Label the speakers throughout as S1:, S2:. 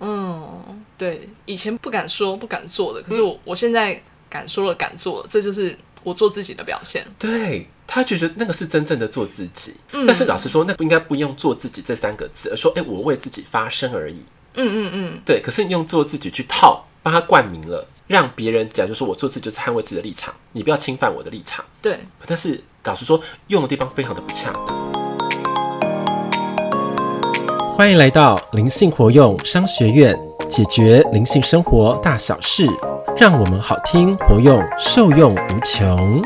S1: 嗯对，以前不敢说、不敢做的，可是我、
S2: 嗯
S1: 我现在敢说了、敢做了，这就是我做自己的表现。
S2: 对他觉得那个是真正的做自己，但是老实说，那不应该不用“做自己”这三个字，而说“哎、我为自己发声而已”。嗯嗯嗯，对。可是你用“做自己”去套，帮他冠名了，让别人假如说我做自己就是捍卫自己的立场，你不要侵犯我的立场。
S1: 对，
S2: 但是老实说，用的地方非常的不恰当。欢迎来到灵性活用商学院，解决灵性生活大小事，让我们好听活用，受用无穷。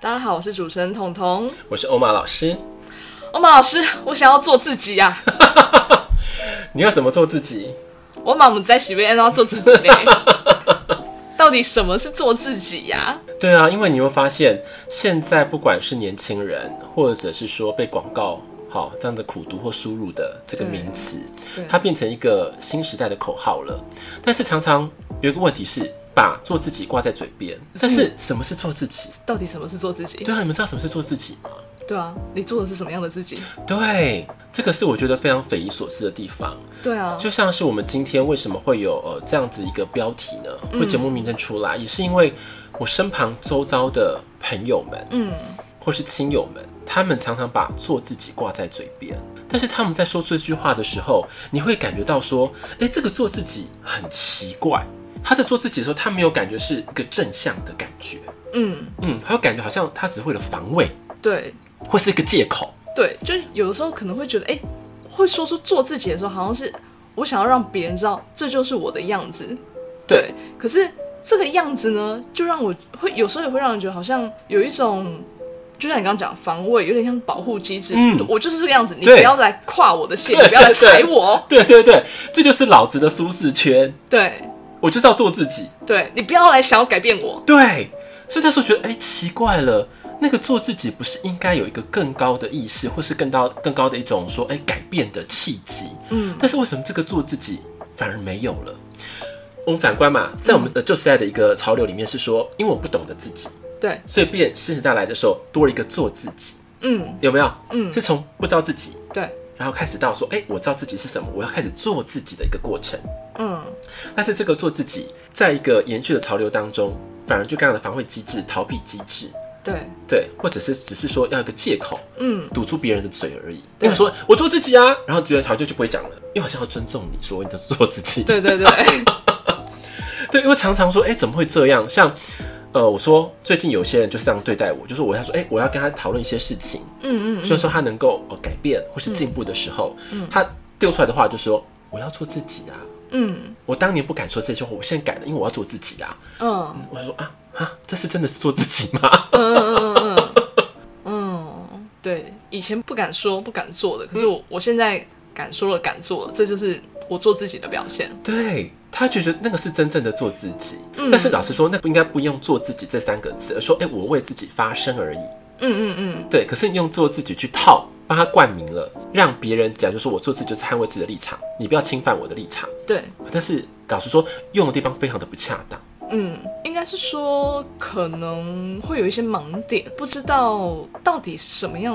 S1: 大家好，我是主持人彤彤。
S2: 我是欧玛老师，
S1: 欧玛老师，我想要做自己啊呀、
S2: 你要怎么做自己？
S1: 我妈母在洗被，然后做自己嘞。 到底什么是做自己呀、
S2: 对啊，因为你会发现，现在不管是年轻人，或者是说被广告好这样的苦读或输入的这个
S1: 对
S2: 名词
S1: 对，
S2: 它变成一个新时代的口号了。但是常常有一个问题是，把做自己挂在嘴边。但是什么是做自己？
S1: 到底什么是做自己？
S2: 对啊，你们知道什么是做自己吗？
S1: 对啊，你做的是什么样的自己？
S2: 对，这个是我觉得非常匪夷所思的地方。
S1: 对啊，
S2: 就像是我们今天为什么会有呃这样子一个标题呢？会节目名称出来，也是因为我身旁周遭的朋友们，嗯，或是亲友们，他们常常把做自己挂在嘴边。但是他们在说出这句话的时候，你会感觉到说，哎、这个做自己很奇怪。他在做自己的时候，他没有感觉是一个正向的感觉，
S1: 嗯，
S2: 嗯，他会感觉好像他只是为了防卫，
S1: 对
S2: 或是一个借口。
S1: 对，就是有的时候可能会觉得，哎、会说出做自己的时候，好像是我想要让别人知道这就是我的样子。对，可是这个样子呢，就让我会有时候也会让人觉得好像有一种，就像你刚刚讲防卫，有点像保护机制。
S2: 嗯
S1: 我就是这个样子，你
S2: 对
S1: 不要来跨我的线，
S2: 对
S1: 你不要来踩
S2: 对对
S1: 我。
S2: 对对对，这就是老子的舒适圈，
S1: 对
S2: 我就是要做自己。
S1: 对，你不要来想要改变我。
S2: 对，所以那时候觉得，哎、奇怪了，那个做自己不是应该有一个更高的意识，或是更高更高的一种说，哎、改变的契机。嗯，但是为什么这个做自己反而没有了？我们反观嘛，在我们的旧时代的一个潮流里面是说，因为我不懂得自己，
S1: 对，
S2: 所以变新时代来的时候多了一个做自己，
S1: 嗯，
S2: 有没有？
S1: 嗯
S2: 是从不知道自己，
S1: 对，
S2: 然后开始到说，哎、我知道自己是什么，我要开始做自己的一个过程。
S1: 嗯，
S2: 但是这个做自己，在一个延续的潮流当中，反而就刚刚的防卫机制、逃避机制，
S1: 对，
S2: 对，或者是只是说要一个借口
S1: 嗯，
S2: 堵住别人的嘴而已。
S1: 对
S2: 因为说我做自己啊，然后别人好像就不会讲了，因为好像要尊重你说你的做自己。
S1: 对 对对，
S2: 对，因为常常说，哎、怎么会这样？像呃，我说最近有些人就是这样对待我，就是我要说，哎、我要跟他讨论一些事情，
S1: 嗯嗯
S2: 虽然说他能够呃改变或是进步的时候，他丢出来的话就说我要做自己啊。
S1: 嗯
S2: 我当年不敢说这些话，我现在改了，因为我要做自己啊。
S1: 嗯
S2: 我说啊啊，这是真的是做自己吗？
S1: 嗯，对，以前不敢说、不敢做的，可是我、我现在敢说了、敢做了，这就是我做自己的表现。
S2: 对他觉得那个是真正的做自己，但是老实说，那不应该不用“做自己”这三个字，而说哎、我为自己发声而已。
S1: 嗯嗯嗯，
S2: 对，可是你用“做自己”去套，帮他冠名了，让别人假如说我做自己就是捍卫自己的立场，你不要侵犯我的立场。
S1: 对，
S2: 但是老实说，用的地方非常的不恰当。
S1: 嗯，应该是说可能会有一些盲点，不知道到底什么样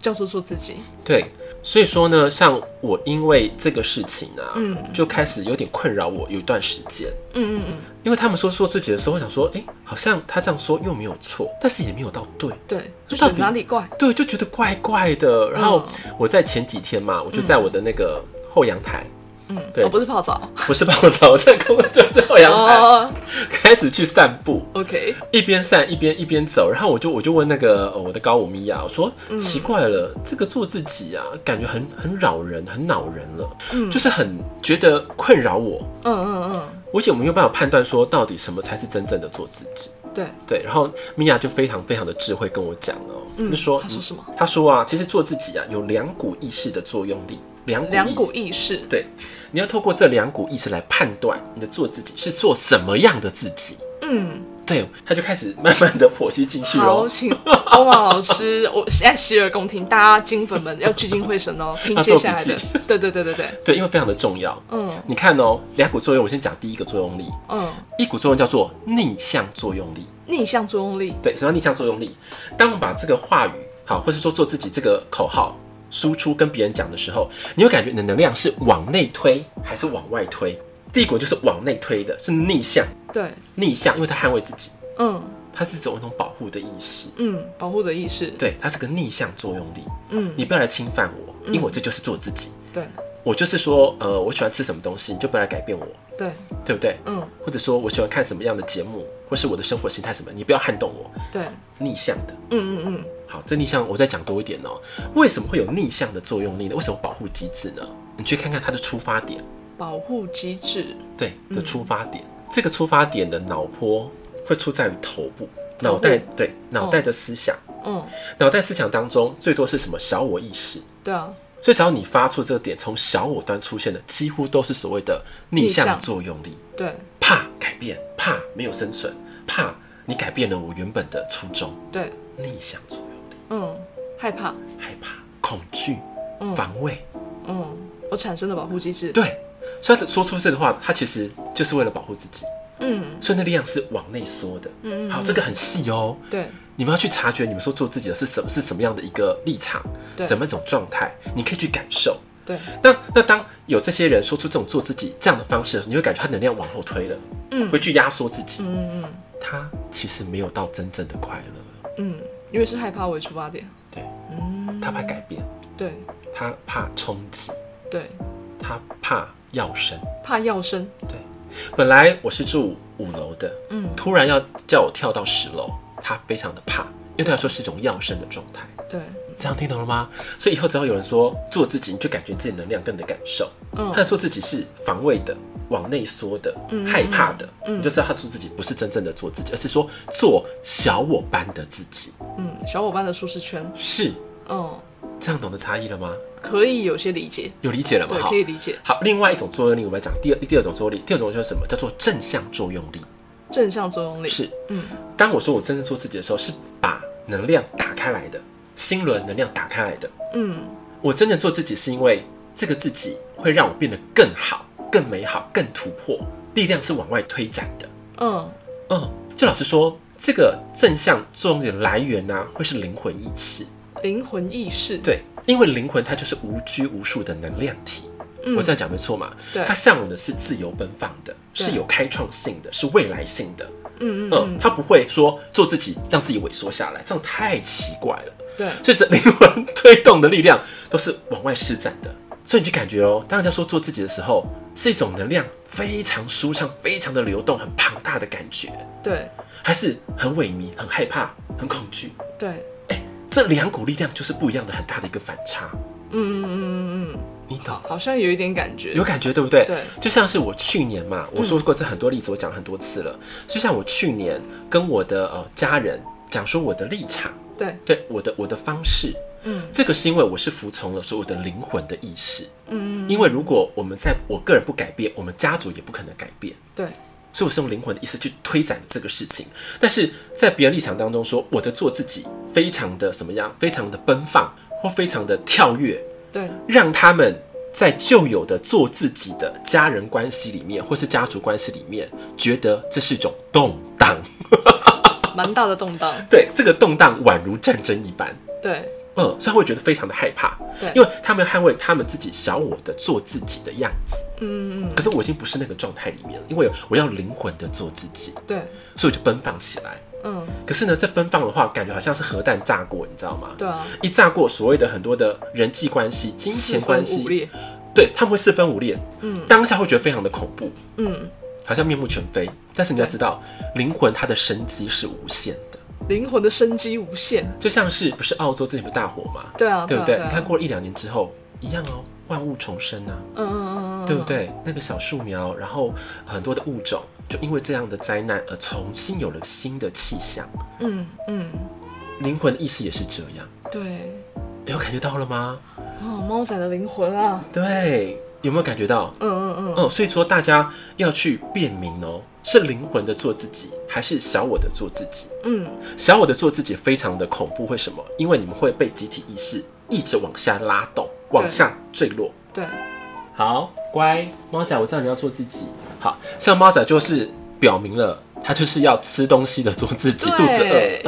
S1: 叫做做自己。
S2: 对，所以说呢，像我因为这个事情啊，就开始有点困扰我有一段时间。
S1: 嗯嗯嗯，
S2: 因为他们说做自己的时候，我想说，哎、好像他这样说又没有错，但是也没有到对，
S1: 嗯对，就
S2: 到
S1: 觉
S2: 底
S1: 得哪里怪？
S2: 对，就觉得怪怪的。然后我在前几天嘛，我就在我的那个后阳台，
S1: 嗯，
S2: 对
S1: 哦，不是泡澡。
S2: 不是泡澡，我在公就是后阳台
S1: 哦
S2: 开始去散步，
S1: ，OK，
S2: 一边散一边一边走。然后我就我就问那个、呃我的高五米娅，我说奇怪了，这个做自己啊，感觉很很扰人，很恼人了，就是很觉得困扰我。
S1: 嗯嗯嗯，
S2: 而且我们没有办法判断说到底什么才是真正的做自己。
S1: 对，
S2: 对，然后米娅就非常非常的智慧跟我讲了哦、就说
S1: 嗯她说什么？
S2: 她说啊，其实做自己啊，有两股意识的作用力，两股
S1: 两
S2: 意
S1: 股意识。
S2: 对，你要透过这两股意识来判断你的做自己是做什么样的自己。
S1: 嗯，
S2: 对，他就开始慢慢的剖析进去
S1: 好，
S2: 哦。
S1: 请欧王老师，我现在洗耳恭听，大家金粉们要聚精会神 哦，听接下来
S2: 要
S1: 的
S2: 做笔。
S1: 对对对对对，
S2: 对，因为非常的重要。嗯，你看哦，两股作用，我先讲第一个作用力。
S1: 嗯，
S2: 一股作用叫做逆向作用力。
S1: 逆向作用力，
S2: 对，什么叫逆向作用力？当我们把这个话语，好，或是说做自己这个口号输出跟别人讲的时候，你会感觉你的能量是往内推还是往外推？第一股就是往内推的，是逆向，
S1: 对，
S2: 逆向，因为它捍卫自己，
S1: 嗯
S2: 它是走一种保护的意识。
S1: 嗯，保护的意识，
S2: 对，它是个逆向作用力。
S1: 嗯，
S2: 你不要来侵犯我，因为我这就是做自己。
S1: 对
S2: 我就是说，呃，我喜欢吃什么东西，你就不要来改变我，
S1: 对，
S2: 对不对？
S1: 嗯
S2: 或者说我喜欢看什么样的节目，或是我的生活形态什么，你不要撼动我。
S1: 对，
S2: 逆向的，
S1: 嗯嗯嗯，
S2: 好，这逆向我再讲多一点哦、为什么会有逆向的作用力呢？为什么保护机制呢？你去看看它的出发点，
S1: 保护机制，
S2: 对的出发点，这个出发点的脑波会出在于头部，哦脑袋对脑袋的思想，
S1: 嗯，
S2: 脑、袋思想当中最多是什么小我意识。
S1: 对啊，
S2: 所以只要你发出这个点，从小我端出现的，几乎都是所谓的逆
S1: 逆
S2: 向
S1: 向
S2: 作用力。
S1: 对
S2: 怕改变，怕没有生存，怕你改变了我原本的初衷，
S1: 对，
S2: 逆向作用力，
S1: 嗯，害怕，
S2: 害怕、恐惧、防卫，
S1: 嗯，我产生的保护机制，
S2: 对。所以他说出这个话，他其实就是为了保护自己，
S1: 嗯
S2: 所以那力量是往内缩的。嗯嗯。好，这个很细哦、
S1: 对
S2: 你们要去察觉你们说做自己的是什么，是什么样的一个立场，
S1: 对
S2: 什么一种状态，你可以去感受。
S1: 对，
S2: 那那当有这些人说出这种做自己这样的方式的时候，你会感觉他能量往后推了，嗯，回去压缩自己，嗯嗯，他其实没有到真正的快乐，
S1: 嗯，因为是害怕为出发点，
S2: 对，嗯，他怕改变，
S1: 对
S2: 他怕冲击，
S1: 对，
S2: 他怕要升，
S1: 怕要生，
S2: 对，本来我是住五楼的，嗯，突然要叫我跳到十楼，他非常的怕，因为对他说是一种要升的状态，
S1: 对，
S2: 这样听懂了吗？所以以后只要有人说做自己，你就感觉自己能量更的感受。
S1: 嗯嗯
S2: 他的做自己是防卫的、往内缩的、害怕的，你就知道他做自己不是真正的做自己，而是说做小我般的自己。
S1: 嗯，小伙伴的舒适圈，
S2: 是
S1: 嗯，
S2: 这样懂得差异了吗？
S1: 可以有些理解，
S2: 有理解了吗？
S1: 对，
S2: 好
S1: 可以理解，
S2: 好，另外一种作用力，我们来讲第二第二种作用力。第二种就是什么？叫做正向作用力。
S1: 正向作用力，
S2: 是，
S1: 嗯，
S2: 当我说我真正做自己的时候，是把能量打开来的，心轮能量打开来的。
S1: 嗯，
S2: 我真正做自己是因为这个自己会让我变得更好、更美好、更突破，力量是往外推展的。
S1: 嗯，
S2: 嗯，就老实说，这个正向作用力的来源呢、会是灵魂意识。
S1: 灵魂意识，
S2: 对，因为灵魂它就是无拘无束的能量体。
S1: 嗯
S2: 我这样讲没错嘛？
S1: 对
S2: 它向往的是自由奔放的，是有开创性的，是未来性的。
S1: 嗯嗯
S2: 嗯，它不会说做自己让自己萎缩下来，这样太奇怪了。
S1: 对，
S2: 所以这灵魂推动的力量都是往外施展的。所以你就感觉哦，当人家说做自己的时候，是一种能量非常舒畅、非常的流动、很庞大的感觉，
S1: 对
S2: 还是很萎靡、很害怕、很恐惧？
S1: 对，
S2: 这两股力量就是不一样的，很大的一个反差。
S1: 嗯嗯嗯嗯嗯，
S2: 你懂？
S1: 好像有一点感觉
S2: 有，感觉对不对？嗯
S1: 对
S2: 就像是我去年嘛，我说过这很多例子，我讲很多次了。就像我去年跟我的呃家人讲说我的立场，
S1: 对，
S2: 对我的我的方式，
S1: 嗯，
S2: 这个是因为我是服从了所有的灵魂的意识，嗯，因为如果我们在我个人不改变，我们家族也不可能改变。
S1: 对
S2: 所以我是用灵魂的意识去推展这个事情，但是在别人立场当中说我的做自己非常的什么样，非常的奔放或非常的跳跃，
S1: 对
S2: 让他们在旧有的做自己的家人关系里面，或是家族关系里面，觉得这是一种动荡。
S1: 嗯蛮大的动荡，
S2: 对，这个动荡宛如战争一般。
S1: 对
S2: 嗯，所以他会觉得非常的害怕，
S1: 对
S2: 因为他们捍卫他们自己小我的做自己的样子，嗯嗯，可是我已经不是那个状态里面了，因为我要灵魂的做自己，
S1: 对，
S2: 所以我就奔放起来。
S1: 嗯，
S2: 可是呢，这奔放的话，感觉好像是核弹炸过，你知道吗？
S1: 对啊，
S2: 一炸过，所谓的很多的人际关系、金
S1: 四
S2: 钱
S1: 分
S2: 关系
S1: 五，裂，
S2: 对他们会四分五裂，嗯，当下会觉得非常的恐怖，
S1: 嗯，
S2: 好像面目全非。但是你要知道，灵魂它的生机是无限的，
S1: 灵魂的生机无限，
S2: 就像是不是澳洲之前不是大火嘛，
S1: 对啊，
S2: 对
S1: 啊，
S2: 哦不对？
S1: 啊
S2: 你看，过了一两年之后，一样哦，万物重生啊，
S1: 嗯嗯嗯嗯，
S2: 对不对？那个小树苗，然后很多的物种，就因为这样的灾难而重新有了新的气象。
S1: 嗯嗯，
S2: 灵魂的意识也是这样，
S1: 对，
S2: 有感觉到了吗？
S1: 哦，猫仔的灵魂啊，
S2: 对，有没有感觉到？
S1: 嗯嗯嗯，
S2: 嗯，所以说大家要去辨明哦，是灵魂的做自己，还是小我的做自己？
S1: 嗯，
S2: 小我的做自己非常的恐怖，为什么？因为你们会被集体意识一直往下拉动，往下坠落。
S1: 对，
S2: 好，乖，猫仔，我知道你要做自己。好像猫仔就是表明了，他就是要吃东西的做自己，肚子饿。
S1: 对，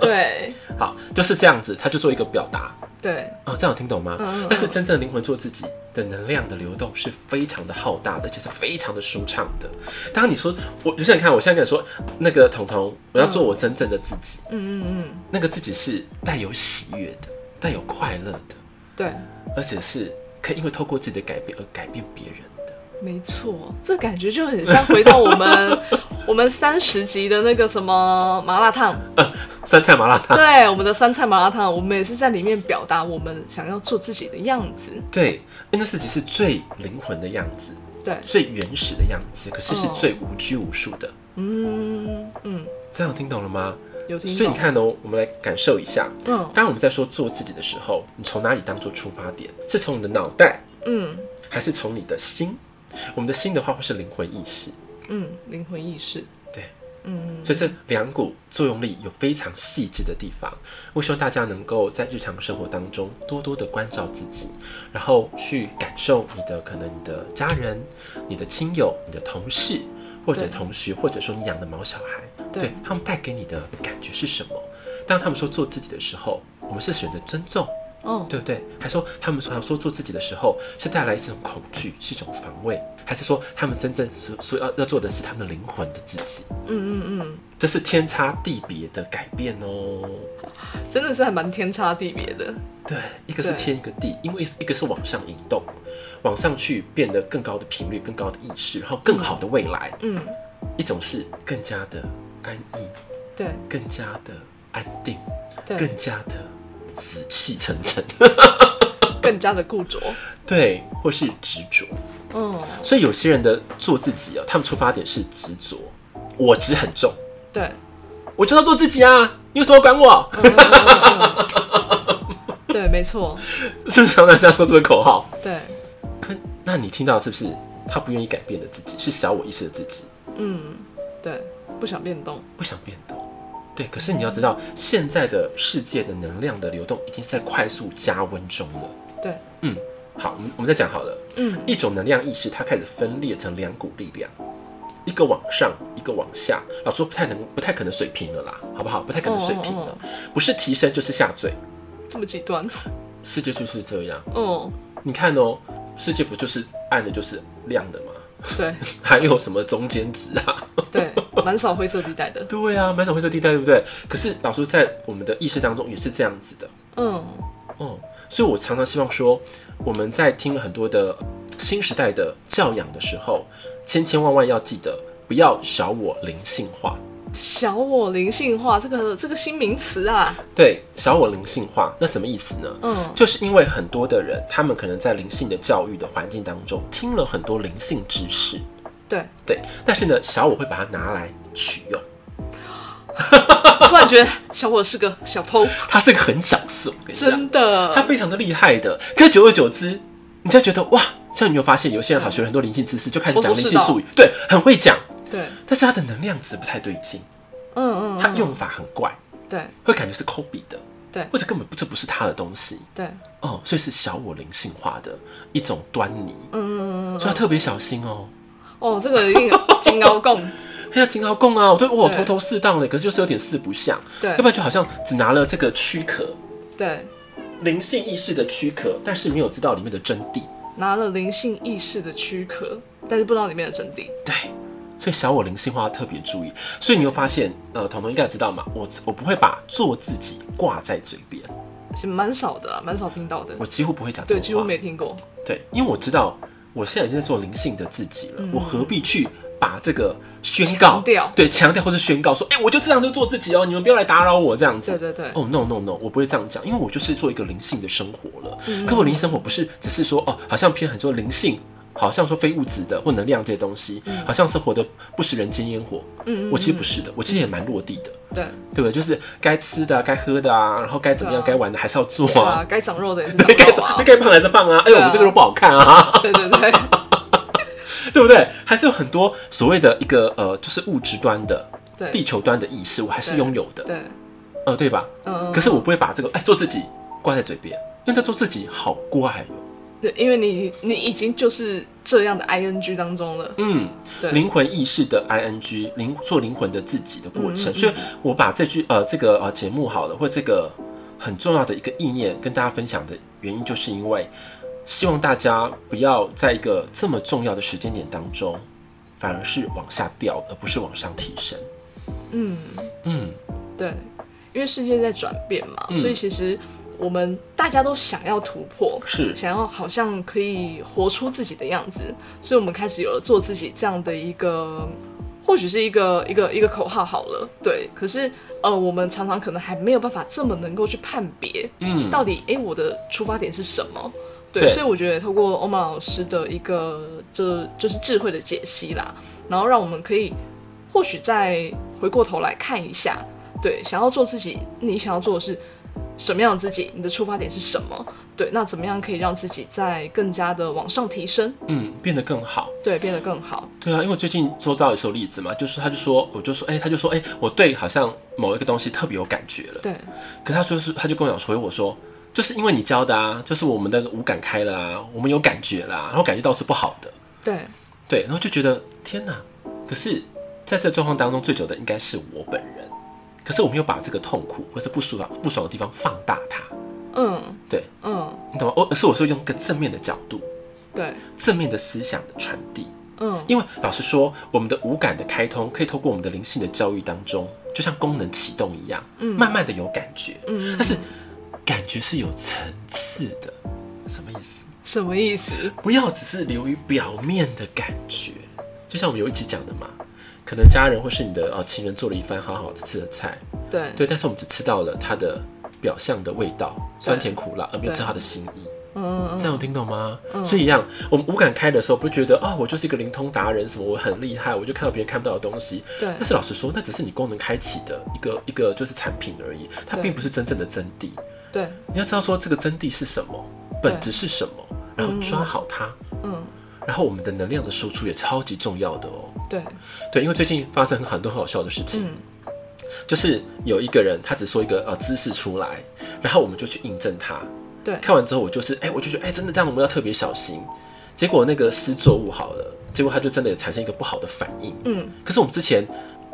S1: 对，
S2: 好，就是这样子，他就做一个表达。
S1: 对，
S2: 哦，这样有听懂吗？
S1: 嗯嗯嗯
S2: 但是真正的灵魂做自己的能量的流动是非常的浩大的，而且是非常的舒畅的。当你说我，就像你看，我现在跟你说，那个彤彤，我要做我真正的自己，
S1: 嗯嗯嗯，
S2: 那个自己是带有喜悦的，带有快乐的，
S1: 对，
S2: 而且是可以因为透过自己的改变而改变别人的。
S1: 没错，这感觉就很像回到我们我们三十集的那个什么麻辣烫，
S2: 酸菜麻辣烫，
S1: 对，我们的酸菜麻辣烫，我们也是在里面表达我们想要做自己的样子，
S2: 对，因为那自己是最灵魂的样子，
S1: 对，
S2: 最原始的样子，可是是
S1: 哦
S2: 最无拘无束的。
S1: 嗯嗯，
S2: 这样有听懂了吗？
S1: 有听懂，
S2: 所以你，看哦，我们来感受一下。
S1: 嗯
S2: 当我们在说做自己的时候，你从哪里当做出发点？是从你的脑袋，
S1: 嗯
S2: 还是从你的心？我们的心的话，会是灵魂意识，
S1: 嗯，灵魂意识，
S2: 对。
S1: 嗯
S2: 所以这两股作用力有非常细致的地方。我希望大家能够在日常生活当中多多的关照自己，然后去感受你的可能你的家人、你的亲友、你的同事或者
S1: 对
S2: 同学，或者说你养的毛小孩，
S1: 对
S2: 他们带给你的感觉是什么？当他们说做自己的时候，我们是选择尊重，
S1: 嗯，
S2: 对不对？还说他们常说做自己的时候是带来一种恐惧，是一种防卫，还是说他们真正所所要要做的是他们灵魂的自己？
S1: 嗯嗯嗯，
S2: 这是天差地别的改变哦。
S1: 真的是还蛮天差地别的，
S2: 对，一个是
S1: 对
S2: 天，一个地，因为一个是往上移动，往上去变得更高的频率、更高的意识，然后更好的未来；
S1: 嗯，
S2: 一种是更加的安逸、
S1: 对
S2: 更加的安定、
S1: 对
S2: 更，加的死气沉沉，
S1: 更加的固着，
S2: 对，或是执着。
S1: 嗯，
S2: 所以有些人的做自己啊，他们出发点是执着，我执很重，
S1: 对。嗯
S2: 我就是要做自己啊，你为什么要管我？
S1: 对，没错，
S2: 是不是常常家说这个口号？
S1: 对，
S2: 可那你听到的是不是他不愿意改变的自己，是小我意识的自己，
S1: 嗯，对，不想变动，
S2: 不想变动？对，可是你要知道，现在的世界的能量的流动已经是在快速加温中了。
S1: 对，
S2: 嗯，好，我们我们再讲好了。
S1: 嗯，
S2: 一种能量意识，它开始分裂成两股力量，一个往上，一个往下。老实说不太能，不太可能水平了啦，好不好？不太可能水平了，
S1: 哦哦
S2: 不是提升就是下坠，
S1: 这么极端，
S2: 世界就是这样。
S1: 哦，
S2: 你看哦，世界不就是暗的，就是亮的吗？
S1: 对
S2: 还有什么中间值啊？
S1: 对，蛮少灰色地带的，
S2: 对啊，蛮少灰色地带，对不对？可是老师在我们的意识当中也是这样子的，
S1: 嗯，
S2: 嗯，所以我常常希望说，我们在听了很多的新时代的教养的时候，千千万万要记得不要小我灵性化，
S1: 小我灵性化这个这个新名词啊，
S2: 对，小我灵性化，那什么意思呢？
S1: 嗯，
S2: 就是因为很多的人，他们可能在灵性的教育的环境当中听了很多灵性知识，
S1: 对，
S2: 对，但是呢，小我会把它拿来取用，
S1: 突然觉得小我是个小偷，
S2: 它是个狠角色，我跟你讲。
S1: 真
S2: 他
S1: 的，
S2: 非常的厉害的。可是久而久之，你就觉得哇，像你有没有发现，有些人好学了很多灵性知识，就开始讲灵性术语，对，很会讲。
S1: 对，
S2: 但是他的能量值不太对劲，
S1: 嗯嗯，
S2: 他用法很怪，
S1: 对
S2: 会感觉是抠笔的，
S1: 对
S2: 或者根本不这不是他的东西
S1: 对，
S2: 哦，所以是小我灵性化的一种端倪，
S1: 嗯嗯嗯，
S2: 所以要特别小心哦。
S1: 哦，这个一定金高共，
S2: 还要金鳌贡啊，我对我
S1: 对
S2: 头头是道的，可是就是有点四不像，
S1: 对
S2: 要不然就好像只拿了这个躯壳，
S1: 对，
S2: 灵性意识的躯壳，但是没有知道里面的真谛。
S1: 拿了灵性意识的躯壳，但是不知道里面的真谛，
S2: 对，所以小我灵性化要特别注意。所以你会发现，呃，彤彤应该也知道嘛，我我不会把做自己挂在嘴边，
S1: 是蛮少的啊，蛮少听到的
S2: 我，几乎不会讲这
S1: 对，
S2: 种话。
S1: 几乎没听过，
S2: 对，因为我知道我现在已经在做灵性的自己了，我何必去把这个宣
S1: 嗯
S2: 告
S1: 强调
S2: 对，强调或是宣告说，哎、我就这样就做自己哦，你们不要来打扰我这样子。
S1: 对对对
S2: 哦、n o no no，我不会这样讲，因为我就是做一个灵性的生活了。
S1: 嗯
S2: 可我灵性生活不是只是说哦，好像偏很多灵性。好像说非物质的或能量这些东西，
S1: 嗯
S2: 好像是活得不食人间烟火。嗯，我其实不是的，我其实也蛮落地的，
S1: 对，
S2: 对不对？就是该吃的啊、该喝的啊，然后该怎么样、该玩的还是要做啊。
S1: 啊，该长肉的也是
S2: 那该
S1: 长肉
S2: 怎
S1: 啊
S2: 那，该胖还是胖啊？哎呦，
S1: 对啊
S2: 我这个肉不好看啊！
S1: 对对对，
S2: 对不对？还是有很多所谓的一个呃，就是物质端的、
S1: 对
S2: 地球端的意识，我还是拥有的，
S1: 对，
S2: 呃，对吧？
S1: 嗯，
S2: 可是我不会把这个哎做自己挂在嘴边，因为在做自己好怪哦。
S1: 对，因为你你已经就是这样的 ing 当中了，
S2: 嗯，
S1: 对
S2: 灵魂意识的 ing 灵做灵魂的自己的过
S1: 嗯
S2: 程，所以我把这句呃这个呃节目好了，或这个很重要的一个意念跟大家分享的原因，就是因为希望大家不要在一个这么重要的时间点当中，反而是往下掉，而不是往上提升。
S1: 嗯，
S2: 嗯，
S1: 对，因为世界在转变嘛，所以其实我们大家都想要突破，
S2: 是
S1: 想要好像可以活出自己的样子，所以我们开始有了做自己这样的一个，或许是一个一个一个口号好了，对。可是呃，我们常常可能还没有办法这么能够去判别，
S2: 嗯，
S1: 到底诶，我的出发点是什么？对，
S2: 对
S1: 所以我觉得透过欧曼老师的一个这就是智慧的解析啦，然后让我们可以或许再回过头来看一下，对，想要做自己，你想要做的是什么样的自己？你的出发点是什么？对，那怎么样可以让自己再更加的往上提升？
S2: 嗯，变得更好。
S1: 对，变得更好。
S2: 对啊，因为最近周遭也是有例子嘛，就是他就说，我就说，哎、他就说，哎、我对好像某一个东西特别有感觉了。
S1: 对，
S2: 可他就是他就跟我讲说，回我说，就是因为你教的啊，就是我们的五感开了啊，我们有感觉啦、然后感觉到是不好的，
S1: 对，
S2: 对，然后就觉得天哪，可是在这状况当中最久的应该是我本人，可是我没有把这个痛苦或是不舒服不爽的地方放大它，
S1: 嗯，
S2: 对，
S1: 嗯，
S2: 你懂吗？我而是我说用一个正面的角度，
S1: 对，
S2: 正面的思想的传递，
S1: 嗯，
S2: 因为老实说，我们的五感的开通，可以透过我们的灵性的教育当中，就像功能启动一样，慢慢的有感觉，
S1: 嗯
S2: 但是感觉是有层次的，什么意思？
S1: 什么意思？
S2: 不要只是流于表面的感觉，就像我们有一期讲的嘛，可能家人或是你的呃情人做了一番好好的吃的菜，
S1: 对，
S2: 对，但是我们只吃到了它的表象的味道，酸甜苦辣，而没有吃到它的心意。
S1: 嗯，
S2: 这样有听懂吗？所以一样，我们五感开的时候，不是觉得啊、我就是一个灵通达人，什么我很厉害，我就看到别人看不到的东西。
S1: 对
S2: 但是老实说，那只是你功能开启的一个一个就是产品而已，它
S1: 对
S2: 并不是真正的真谛。
S1: 对，
S2: 你要知道说这个真谛是什么，本质是什么，然后抓好它。
S1: 嗯，
S2: 然后我们的能量的输出也超级重要的哦。
S1: 对，
S2: 对，因为最近发生很多很好笑的事情，
S1: 嗯
S2: 就是有一个人他只说一个呃姿势出来，然后我们就去印证他，
S1: 对，
S2: 看完之后，我就是哎、我就觉得哎、真的这样我们要特别小心。结果那个施作物好了，结果它就真的产生一个不好的反应。
S1: 嗯，
S2: 可是我们之前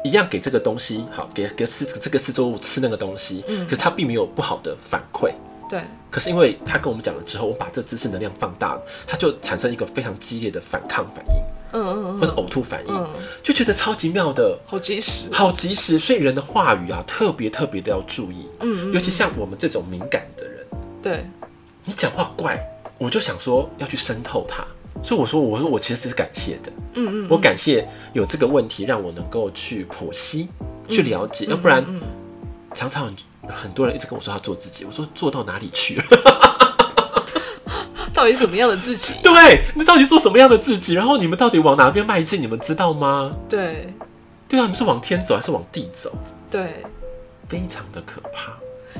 S2: 一样给这个东西好，给给施这个施作物吃那个东西，
S1: 嗯
S2: 可是它并没有不好的反馈。
S1: 对，
S2: 可是因为他跟我们讲了之后，我们把这知识能量放大了，它就产生一个非常激烈的反抗反应，
S1: 嗯嗯嗯，
S2: 或者呕吐反应，就觉得超级妙的。
S1: 好及时。
S2: 好及时，所以人的话语啊，特别特别的要注意，嗯，尤其像我们这种敏感的人，
S1: 对，
S2: 你讲话怪，我就想说要去渗透它。所以我说，我说我其实是感谢的，
S1: 嗯嗯，
S2: 我感谢有这个问题让我能够去剖析、
S1: 嗯
S2: 去了解，啊要不然常常很很多人一直跟我说他做自己，我说做到哪里去了？？
S1: 到底是什么样的自己
S2: 对，你到底做什么样的自己？然后你们到底往哪边迈进？你们知道吗？
S1: 对
S2: 对啊，你们是往天走还是往地走？
S1: 对，
S2: 非常的可怕。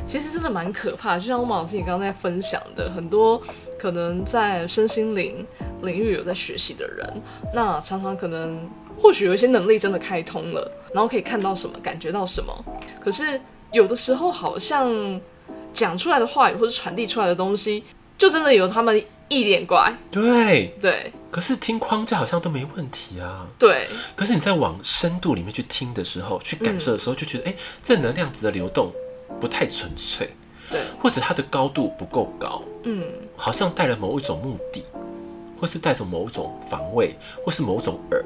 S1: 其实真的蛮可怕的。就像欧马老师你刚刚在分享的，很多可能在身心灵领域有在学习的人，那常常可能或许有一些能力真的开通了，然后可以看到什么，感觉到什么，可是有的时候好像讲出来的话语或者传递出来的东西，就真的有他们一脸怪。
S2: 对，
S1: 对
S2: 可是听框架好像都没问题啊。
S1: 对
S2: 可是你在往深度里面去听的时候，去感受的时候，就觉得哎、诶这能量值的流动不太纯粹，
S1: 对，
S2: 或者它的高度不够高，
S1: 嗯，
S2: 好像带了某一种目的，或是带着某种防卫，或是某种饵。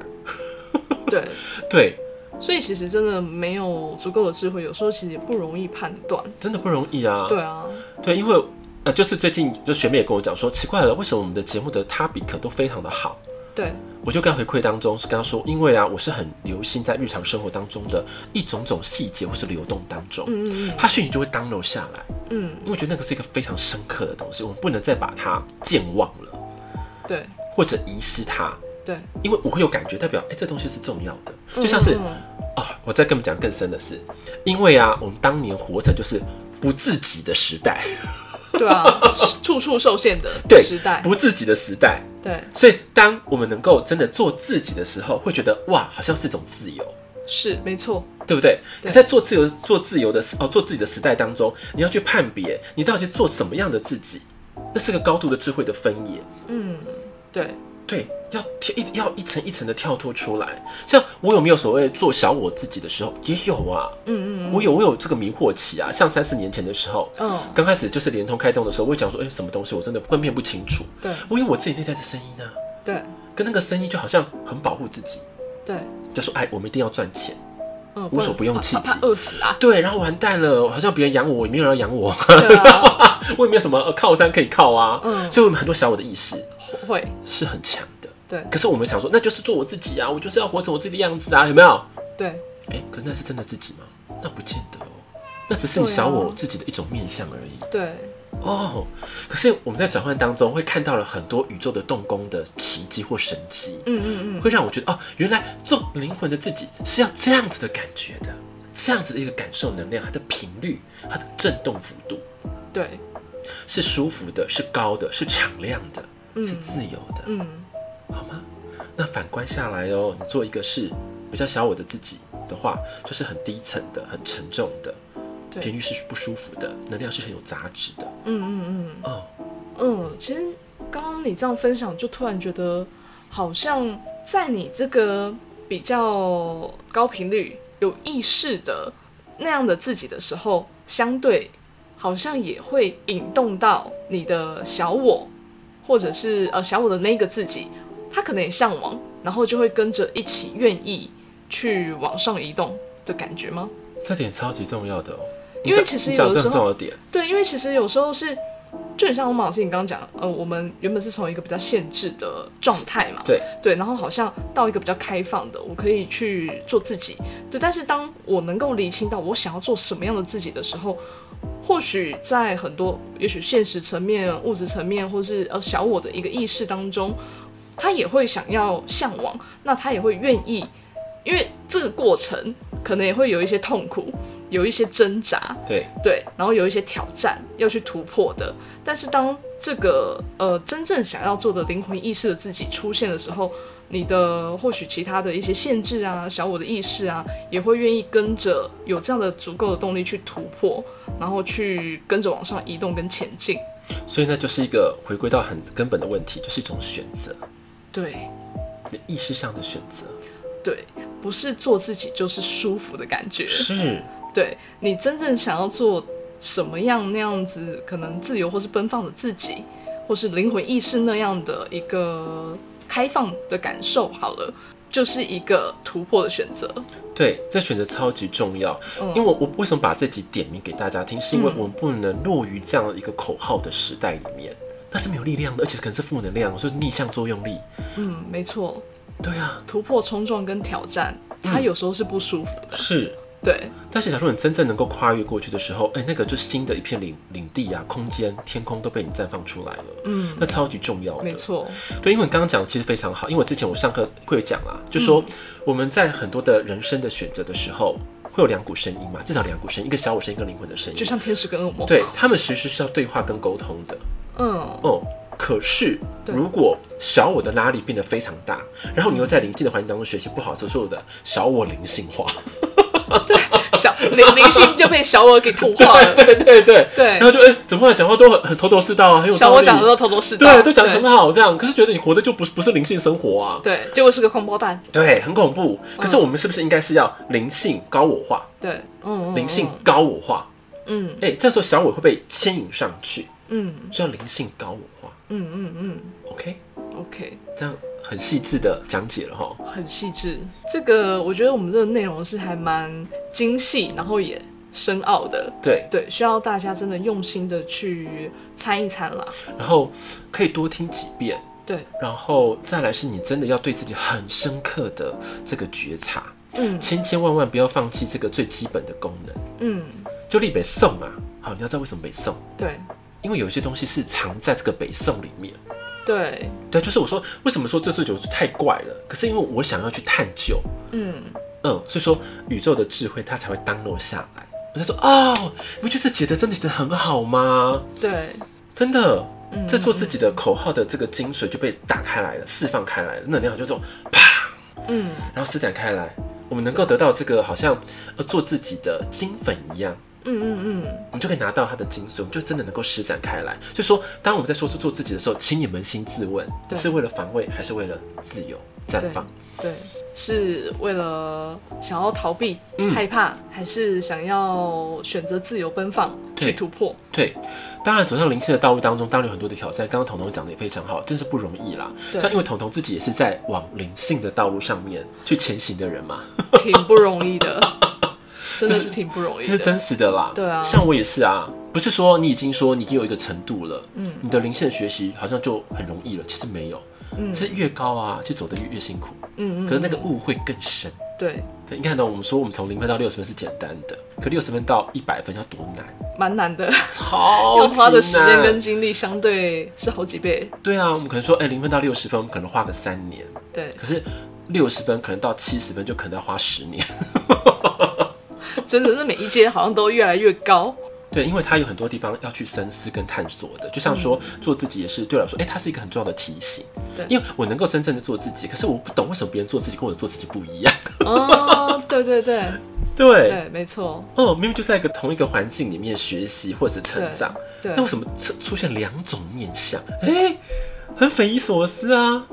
S1: 对。
S2: 对，
S1: 所以其实真的没有足够的智慧，有时候其实也不容易判断。
S2: 真的不容易啊。
S1: 对啊，
S2: 对，因为呃，就是最近就学妹也跟我讲说，奇怪了，为什么我们的节目的 topic 都非常的好？
S1: 对
S2: 我就跟她回馈当中是跟她说，因为啊，我是很留心在日常生活当中的一种种细节或是流动当中，嗯，她讯息就会 download 下来，
S1: 嗯，
S2: 因为我觉得那个是一个非常深刻的东西，我们不能再把它健忘了
S1: 对
S2: 或者遗失它，
S1: 对，
S2: 因为我会有感觉，代表哎、这东西是重要的，就像是啊、
S1: 嗯
S2: 我再跟你们讲更深的是，因为啊，我们当年活成就是不自己的时代。
S1: 对啊，是处处受限的
S2: 对
S1: 时代，
S2: 不自己的时代，
S1: 对，
S2: 所以当我们能够真的做自己的时候，会觉得哇，好像是一种自由，
S1: 是没错，
S2: 对不对？可
S1: 对
S2: 是在做自由、做自由的时哦，做自己的时代当中，你要去判别你到底做什么样的自己，那是个高度的智慧的分野。
S1: 对，
S2: 对，要跳一要一层一层的跳脱出来。像我有没有所谓做小我自己的时候，也有啊。嗯嗯我有我有这个迷惑期啊。像三四年前的时候，
S1: 嗯
S2: 刚开始就是联通开通的时候，我会讲说，哎、什么东西我真的分辨不清楚。
S1: 对
S2: 我有我自己内在的声音啊，
S1: 对，
S2: 跟那个声音就好像很保护自己，
S1: 对，
S2: 就说，哎，我们一定要赚钱。
S1: 嗯，
S2: 无所不用
S1: 然
S2: 其
S1: 怕怕
S2: 极
S1: 怕饿死啊，
S2: 对，然后完蛋了，好像别人养我，也没有人要养我，
S1: 对啊，
S2: 我也没有什么呃靠山可以靠啊。
S1: 嗯
S2: 所以我们很多小我的意识
S1: 会，
S2: 是很强的。
S1: 对
S2: 可是我们想说，那就是做我自己啊，我就是要活成我自己的样子啊，有没有？
S1: 对
S2: 哎、可是那是真的自己吗？那不见得哦，那只是你
S1: 对啊
S2: 小我自己的一种面相而已
S1: 对，
S2: 哦。可是我们在转换当中会看到了很多宇宙的动工的奇迹或神迹，
S1: 嗯嗯嗯，
S2: 会让我觉得哦，原来做灵魂的自己是要这样子的感觉的，这样子的一个感受能量，它的频率，它的震动幅度
S1: 对，
S2: 是舒服的，是高的，是敞亮的，是自由的。
S1: 嗯，
S2: 好吗？那反观下来哦，你做一个是比较小我的自己的话，就是很低层的、很沉重的，
S1: 对
S2: 频率是不舒服的，能量是很有杂质的。
S1: 嗯嗯嗯
S2: 哦，
S1: 嗯，其实刚刚你这样分享，就突然觉得好像在你这个比较高频率、有意识的那样的自己的时候，相对好像也会引动到你的小我，或者是呃小我的那个自己，他可能也向往，然后就会跟着一起愿意去往上移动的感觉吗？
S2: 这点超级重要的哦。
S1: 因为
S2: 你讲
S1: 其实
S2: 你讲
S1: 有的时
S2: 这很
S1: 候
S2: 重要的点，
S1: 对，因为其实有时候是，就很像我们老师你刚刚讲，呃，我们原本是从一个比较限制的状态嘛，
S2: 对
S1: 对，然后好像到一个比较开放的，我可以去做自己，对。但是当我能够理清到我想要做什么样的自己的时候，或许在很多，也许现实层面、物质层面，或是呃小我的一个意识当中，他也会想要向往，那他也会愿意，因为这个过程可能也会有一些痛苦，有一些挣扎，
S2: 对，
S1: 对，然后有一些挑战要去突破的。但是当这个呃真正想要做的灵魂意识的自己出现的时候，你的或许其他的一些限制啊、小我的意识啊，也会愿意跟着有这样的足够的动力去突破，然后去跟着往上移动跟前进。
S2: 所以那就是一个回归到很根本的问题，就是一种选择，
S1: 对
S2: 你的意识上的选择。
S1: 对，不是做自己就是舒服的感觉。
S2: 是，
S1: 对你真正想要做什么样那样子，可能自由或是奔放的自己，或是灵魂意识那样的一个开放的感受，好了，就是一个突破的选择。
S2: 对，这选择超级重要。
S1: 嗯
S2: 因为我我为什么把这集点名给大家听，是因为我们不能落于这样的一个口号的时代里面，那是没有力量的，而且可能是负能量，所以逆向作用力。
S1: 嗯，没错，
S2: 对啊，
S1: 突破冲撞跟挑战，它有时候是不舒服的。
S2: 是。
S1: 对
S2: 但是，假如你真正能够跨越过去的时候，哎、那个就新的一片领领地啊、空间、天空都被你绽放出来了。嗯，那超级重要的。
S1: 没错，
S2: 对，因为你刚刚讲的其实非常好，因为我之前我上课会有讲啦，
S1: 嗯
S2: 就说我们在很多的人生的选择的时候，会有两股声音嘛，至少两股声音，一个小我声音，一个灵魂的声音
S1: 就。像天使跟恶魔。
S2: 对，他们其实是要对话跟沟通的。
S1: 嗯，
S2: 哦、可是
S1: 对
S2: 如果小我的拉力变得非常大，然后你又在灵性的环境当中学习不好，所以说我的小我灵性化。
S1: 小灵灵性就被小我给同化了。
S2: 对对对
S1: 对
S2: 然后就哎、怎么会讲话都很很头头是道啊，很有
S1: 小
S2: 道
S1: 我
S2: 理，
S1: 讲的都头头是道，
S2: 对，都讲得很好这样，可是觉得你活的就不是不是灵性生活啊，
S1: 对，对结果是个空包蛋。
S2: 对，很恐怖。
S1: 嗯
S2: 可是我们是不是应该是要灵性高我化，
S1: 对，嗯，嗯
S2: 灵性，高我化？
S1: 嗯
S2: 哎、这时候小我会被牵引上去，
S1: 嗯
S2: 就要灵性高我化。
S1: 嗯嗯嗯
S2: OK，
S1: 嗯，OK。
S2: 这样很细致的讲解了哈。
S1: 很细致。这个我觉得我们这个内容是还蛮精细，然后也深奥的。
S2: 对，
S1: 对，需要大家真的用心的去参一参啦。
S2: 然后可以多听几遍，
S1: 对，
S2: 然后再来是你真的要对自己很深刻的这个觉察，
S1: 嗯
S2: 千千万万不要放弃这个最基本的功能。
S1: 嗯，
S2: 就立北宋啊，好，你要知道为什么北宋，
S1: 对
S2: 因为有一些东西是藏在这个北宋里面。
S1: 对，
S2: 对，就是我说为什么说这醉酒太怪了，可是因为我想要去探究，
S1: 嗯，
S2: 嗯，所以说宇宙的智慧它才会当落下来。我就说哦，你不觉得这解的真的写的很好吗？
S1: 对
S2: 真的，嗯，这做自己的口号的这个精髓就被打开来了，释放开来了，能量就这种啪，嗯，然后施展开来，我们能够得到这个好像呃做自己的金粉一样，
S1: 嗯嗯嗯，
S2: 我们就可以拿到它的精髓，我们就真的能够施展开来。所以说，当我们在说出做自己的时候，请你扪心自问，
S1: 对
S2: 是为了防卫还是为了自由绽放？
S1: 对，是为了想要逃避、
S2: 嗯
S1: 害怕，还是想要选择自由奔放
S2: 对
S1: 去突破？
S2: 对，当然走上灵性的道路当中，当然有很多的挑战。刚刚彤彤讲的也非常好，真是不容易啦。
S1: 对
S2: 像因为彤彤自己也是在往灵性的道路上面去前行的人嘛，
S1: 挺不容易 的，真的
S2: 这
S1: 是
S2: 是
S1: 挺不容易
S2: 这
S1: 的。
S2: 是真实的啦。
S1: 对啊
S2: 像我也是啊，不是说你已经说你已经有一个程度了，嗯，你的灵性的学习好像就很容易了，其实没有，嗯，其实越高啊，其实走得越越辛苦，
S1: 嗯嗯，
S2: 可是那个误会更深。
S1: 对，
S2: 对，你看到我们说我们从零分到六十分是简单的，可六十分到一百分要多难，
S1: 蛮难的，
S2: 超
S1: 要花的
S2: 级
S1: 时间
S2: 难
S1: 跟精力相对是好几倍。
S2: 对啊，我们可能说，哎、零分到六十分，我们可能花个三年，
S1: 对，
S2: 可是六十分可能到七十分就可能要花十年。
S1: 真的是每一阶好像都越来越高。
S2: 对，因为它有很多地方要去深思跟探索的，就像说做自己也是对我来说，哎、它是一个很重要的提醒。
S1: 嗯对
S2: 因为我能够真正的做自己，可是我不懂为什么别人做自己跟我做自己不一 样。
S1: 哦，对对对
S2: 对，
S1: 对，没错，
S2: 嗯，明明就在一个同一个环境里面学习或者成长，
S1: 对
S2: 那为什么出出现两种面相？哎、很匪夷所思啊。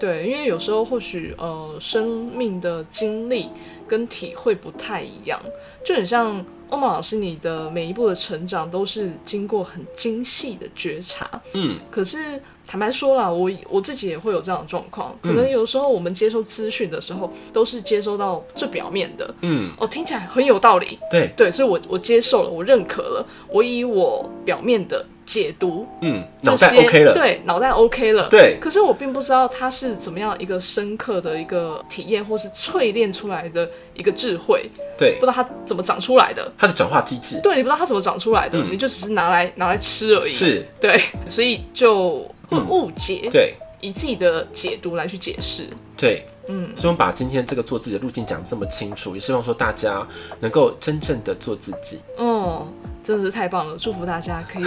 S1: 对，因为有时候或许呃，生命的经历跟体会不太一样，就很像欧曼老师，你的每一步的成长都是经过很精细的觉察。
S2: 嗯，
S1: 可是坦白说啦，我我自己也会有这样的状况，可
S2: 嗯
S1: 能有时候我们接收资讯的时候，都是接收到最表面的，
S2: 嗯，
S1: 哦，听起来很有道理，
S2: 对，
S1: 对，所以我我接受了，我认可了，我以我表面的解读
S2: 嗯，
S1: 这
S2: 脑袋
S1: 些
S2: OK 了，
S1: 对，脑袋 OK 了，
S2: 对
S1: 可是我并不知道它是怎么样一个深刻的一个体验，或是淬炼出来的一个智慧，
S2: 对
S1: 不知，道它怎么长出来的。
S2: 它的转化机制
S1: 对，你不知道它怎么长出来的，你就只是拿来拿来吃而已。，
S2: 嗯是，嗯
S1: 对，所以就会误解，
S2: 对。
S1: 以自己的解读来去解释。
S2: 对，嗯，所以我们把今天这个做自己的路径讲得这么清楚，也希望说大家能够真正的做自己。
S1: 嗯，真的是太棒了，祝福大家可以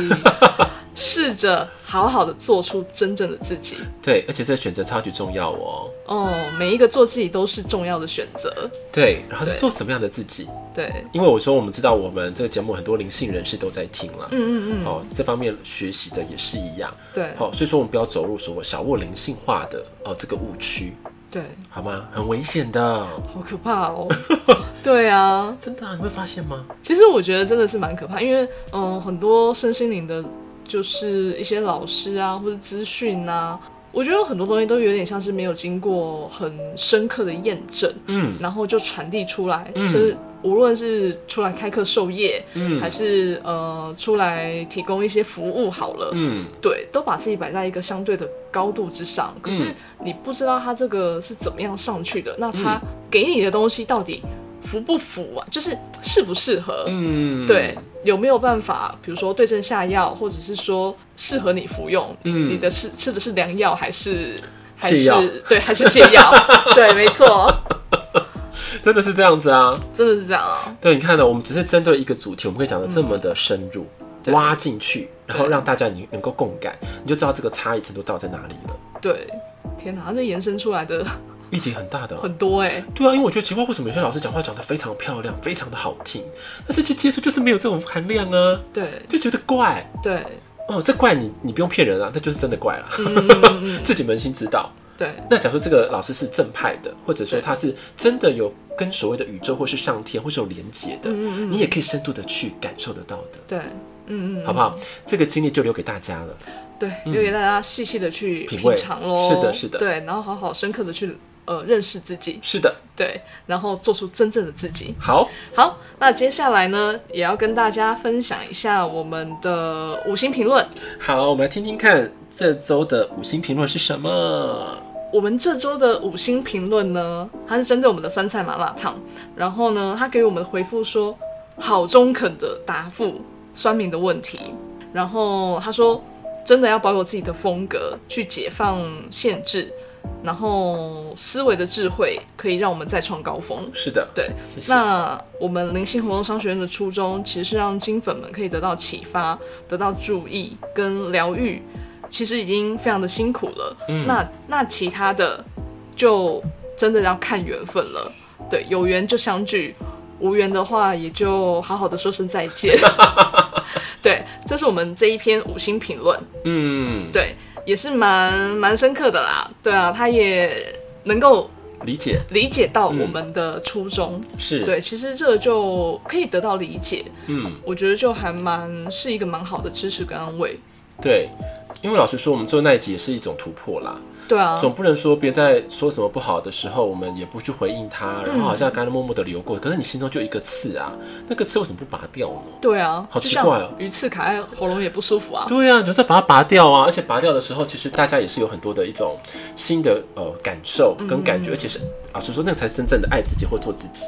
S1: 试着好好的做出真正的自己。
S2: 对，而且这个选择超级重要哦。
S1: 哦，每一个做自己都是重要的选择。
S2: 对，然后是
S1: 对
S2: 做什么样的自己？
S1: 对，
S2: 因为我说我们知道我们这个节目很多灵性人士都在听了，
S1: 嗯嗯嗯，
S2: 哦，这方面学习的也是一样。
S1: 对
S2: 好、所以说我们不要走入所谓小握灵性化的哦这个误区，
S1: 对，
S2: 好吗？很危险的，
S1: 好可怕哦。对啊，
S2: 真的、啊，你会发现吗？
S1: 其实我觉得真的是蛮可怕，因为嗯、呃很多身心灵的，就是一些老师啊，或者资讯啊，我觉得有很多东西都有点像是没有经过很深刻的验证，
S2: 嗯，
S1: 然后就传递出来，
S2: 嗯
S1: 就是无论是出来开课授业，
S2: 嗯
S1: 还是呃出来提供一些服务好了，
S2: 嗯，
S1: 对，都把自己摆在一个相对的高度之上，可
S2: 嗯
S1: 是你不知道他这个是怎么样上去的，那他
S2: 嗯
S1: 给你的东西到底符不符啊？就是适不适合？
S2: 嗯，
S1: 对，有没有办法，比如说对症下药，或者是说适合你服用？
S2: 嗯
S1: 你的吃吃的是良药还是还
S2: 泻药
S1: 是对还是泻药？ 对，没错，
S2: 真的是这样子啊。
S1: 真的是这样啊。
S2: 对，你看呢，我们只是针对一个主题，我们可以讲的这么的深入，
S1: 嗯对
S2: 挖进去，然后
S1: 对
S2: 让大家你能够共感，你就知道这个差异程度到底在哪里了。
S1: 对，天哪，它这延伸出来的
S2: 议题很大的，哦
S1: 很多哎、
S2: 对啊，因为我觉得奇怪，为什么有些老师讲话讲得非常漂亮，非常的好听，但是去接触就是没有这种含量啊，
S1: 对
S2: 就觉得怪。
S1: 对
S2: 哦，这怪你，你不用骗人啊，那就是真的怪了，
S1: 嗯
S2: 自己扪心知道。
S1: 对
S2: 那假如说这个老师是正派的，或者说
S1: 对
S2: 他是真的有跟所谓的宇宙或是上天或是有连结
S1: 嗯
S2: 的，你也可以深度的去感受得到的。
S1: 对，嗯嗯嗯，
S2: 好不好？这个经历就留给大家了。
S1: 对，留给大家细细的去
S2: 品
S1: 品
S2: 味
S1: 尝喽。
S2: 是的是的
S1: 对，然后好好深刻的去呃认识自己，
S2: 是的，
S1: 对，然后做出真正的自己。
S2: 好，
S1: 好，那接下来呢，也要跟大家分享一下我们的五星评论。
S2: 好，我们来听听看这周的五星评论是什么。
S1: 我们这周的五星评论呢，它是针对我们的酸菜麻辣烫，然后呢，他给我们的回复说，好中肯的答复酸民的问题，然后他说，真的要保有自己的风格，去解放限制，然后思维的智慧可以让我们再创高峰。
S2: 是的，
S1: 对，
S2: 谢谢
S1: 那我们灵性活动商学院的初衷，其实是让金粉们可以得到启发、得到注意跟疗愈，其实已经非常的辛苦了。
S2: 嗯
S1: 那那其他的就真的要看缘分了。对，有缘就相聚，无缘的话也就好好的说声再 见。对，这是我们这一篇五星评论。
S2: 嗯，
S1: 对，也是蛮蛮深刻的啦。对啊，他也能够
S2: 理解
S1: 理解到
S2: 嗯
S1: 我们的初衷。
S2: 是，
S1: 对，其实这个就可以得到理解，
S2: 嗯，
S1: 我觉得就还蛮是一个蛮好的支持跟安慰。
S2: 对，因为老实说，我们做那一集也是一种突破啦，
S1: 对啊，
S2: 总不能说别人在说什么不好的时候，我们也不去回应他，然后好像刚刚默默的流过，可是你心中就一个刺啊，那个刺为什么不拔掉呢？
S1: 对啊，
S2: 好
S1: 就
S2: 奇
S1: 像
S2: 怪哦
S1: 鱼刺卡在喉咙也不舒服啊。
S2: 对啊，你就是要把它拔掉啊！而且拔掉的时候，其实大家也是有很多的一种新的呃感受跟感觉，而且是老实说，那个才是真正的爱自己或做自己。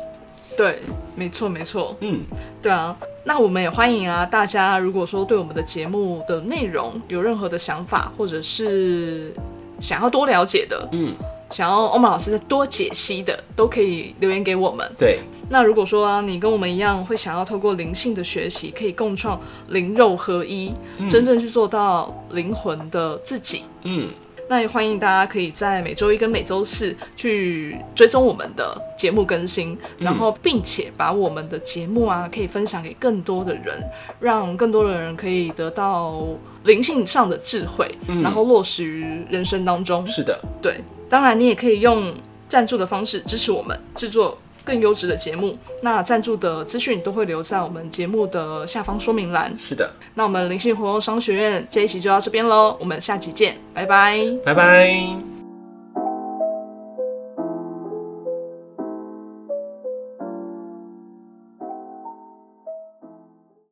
S1: 对，没错没错，
S2: 嗯，
S1: 对啊。那我们也欢迎啊，大家如果说对我们的节目的内容有任何的想法，或者是想要多了解的，
S2: 嗯，
S1: 想要欧曼老师再多解析的，都可以留言给我们。
S2: 对，
S1: 那如果说啊，你跟我们一样会想要透过灵性的学习，可以共创灵肉合一，真正去做到灵魂的自己，
S2: 嗯，
S1: 那也欢迎大家可以在每周一跟每周四去追踪我们的节目更新，然后并且把我们的节目啊可以分享给更多的人，让更多的人可以得到灵性上的智慧，然后落实于人生当中。
S2: 是的，
S1: 对，当然你也可以用赞助的方式支持我们制作更优质的节目。那赞助的资讯都会留在我们节目的下方说明栏。
S2: 是的，
S1: 那我们灵性活动商学院这一期就到这边喽，我们下期见，拜拜。
S2: 拜拜。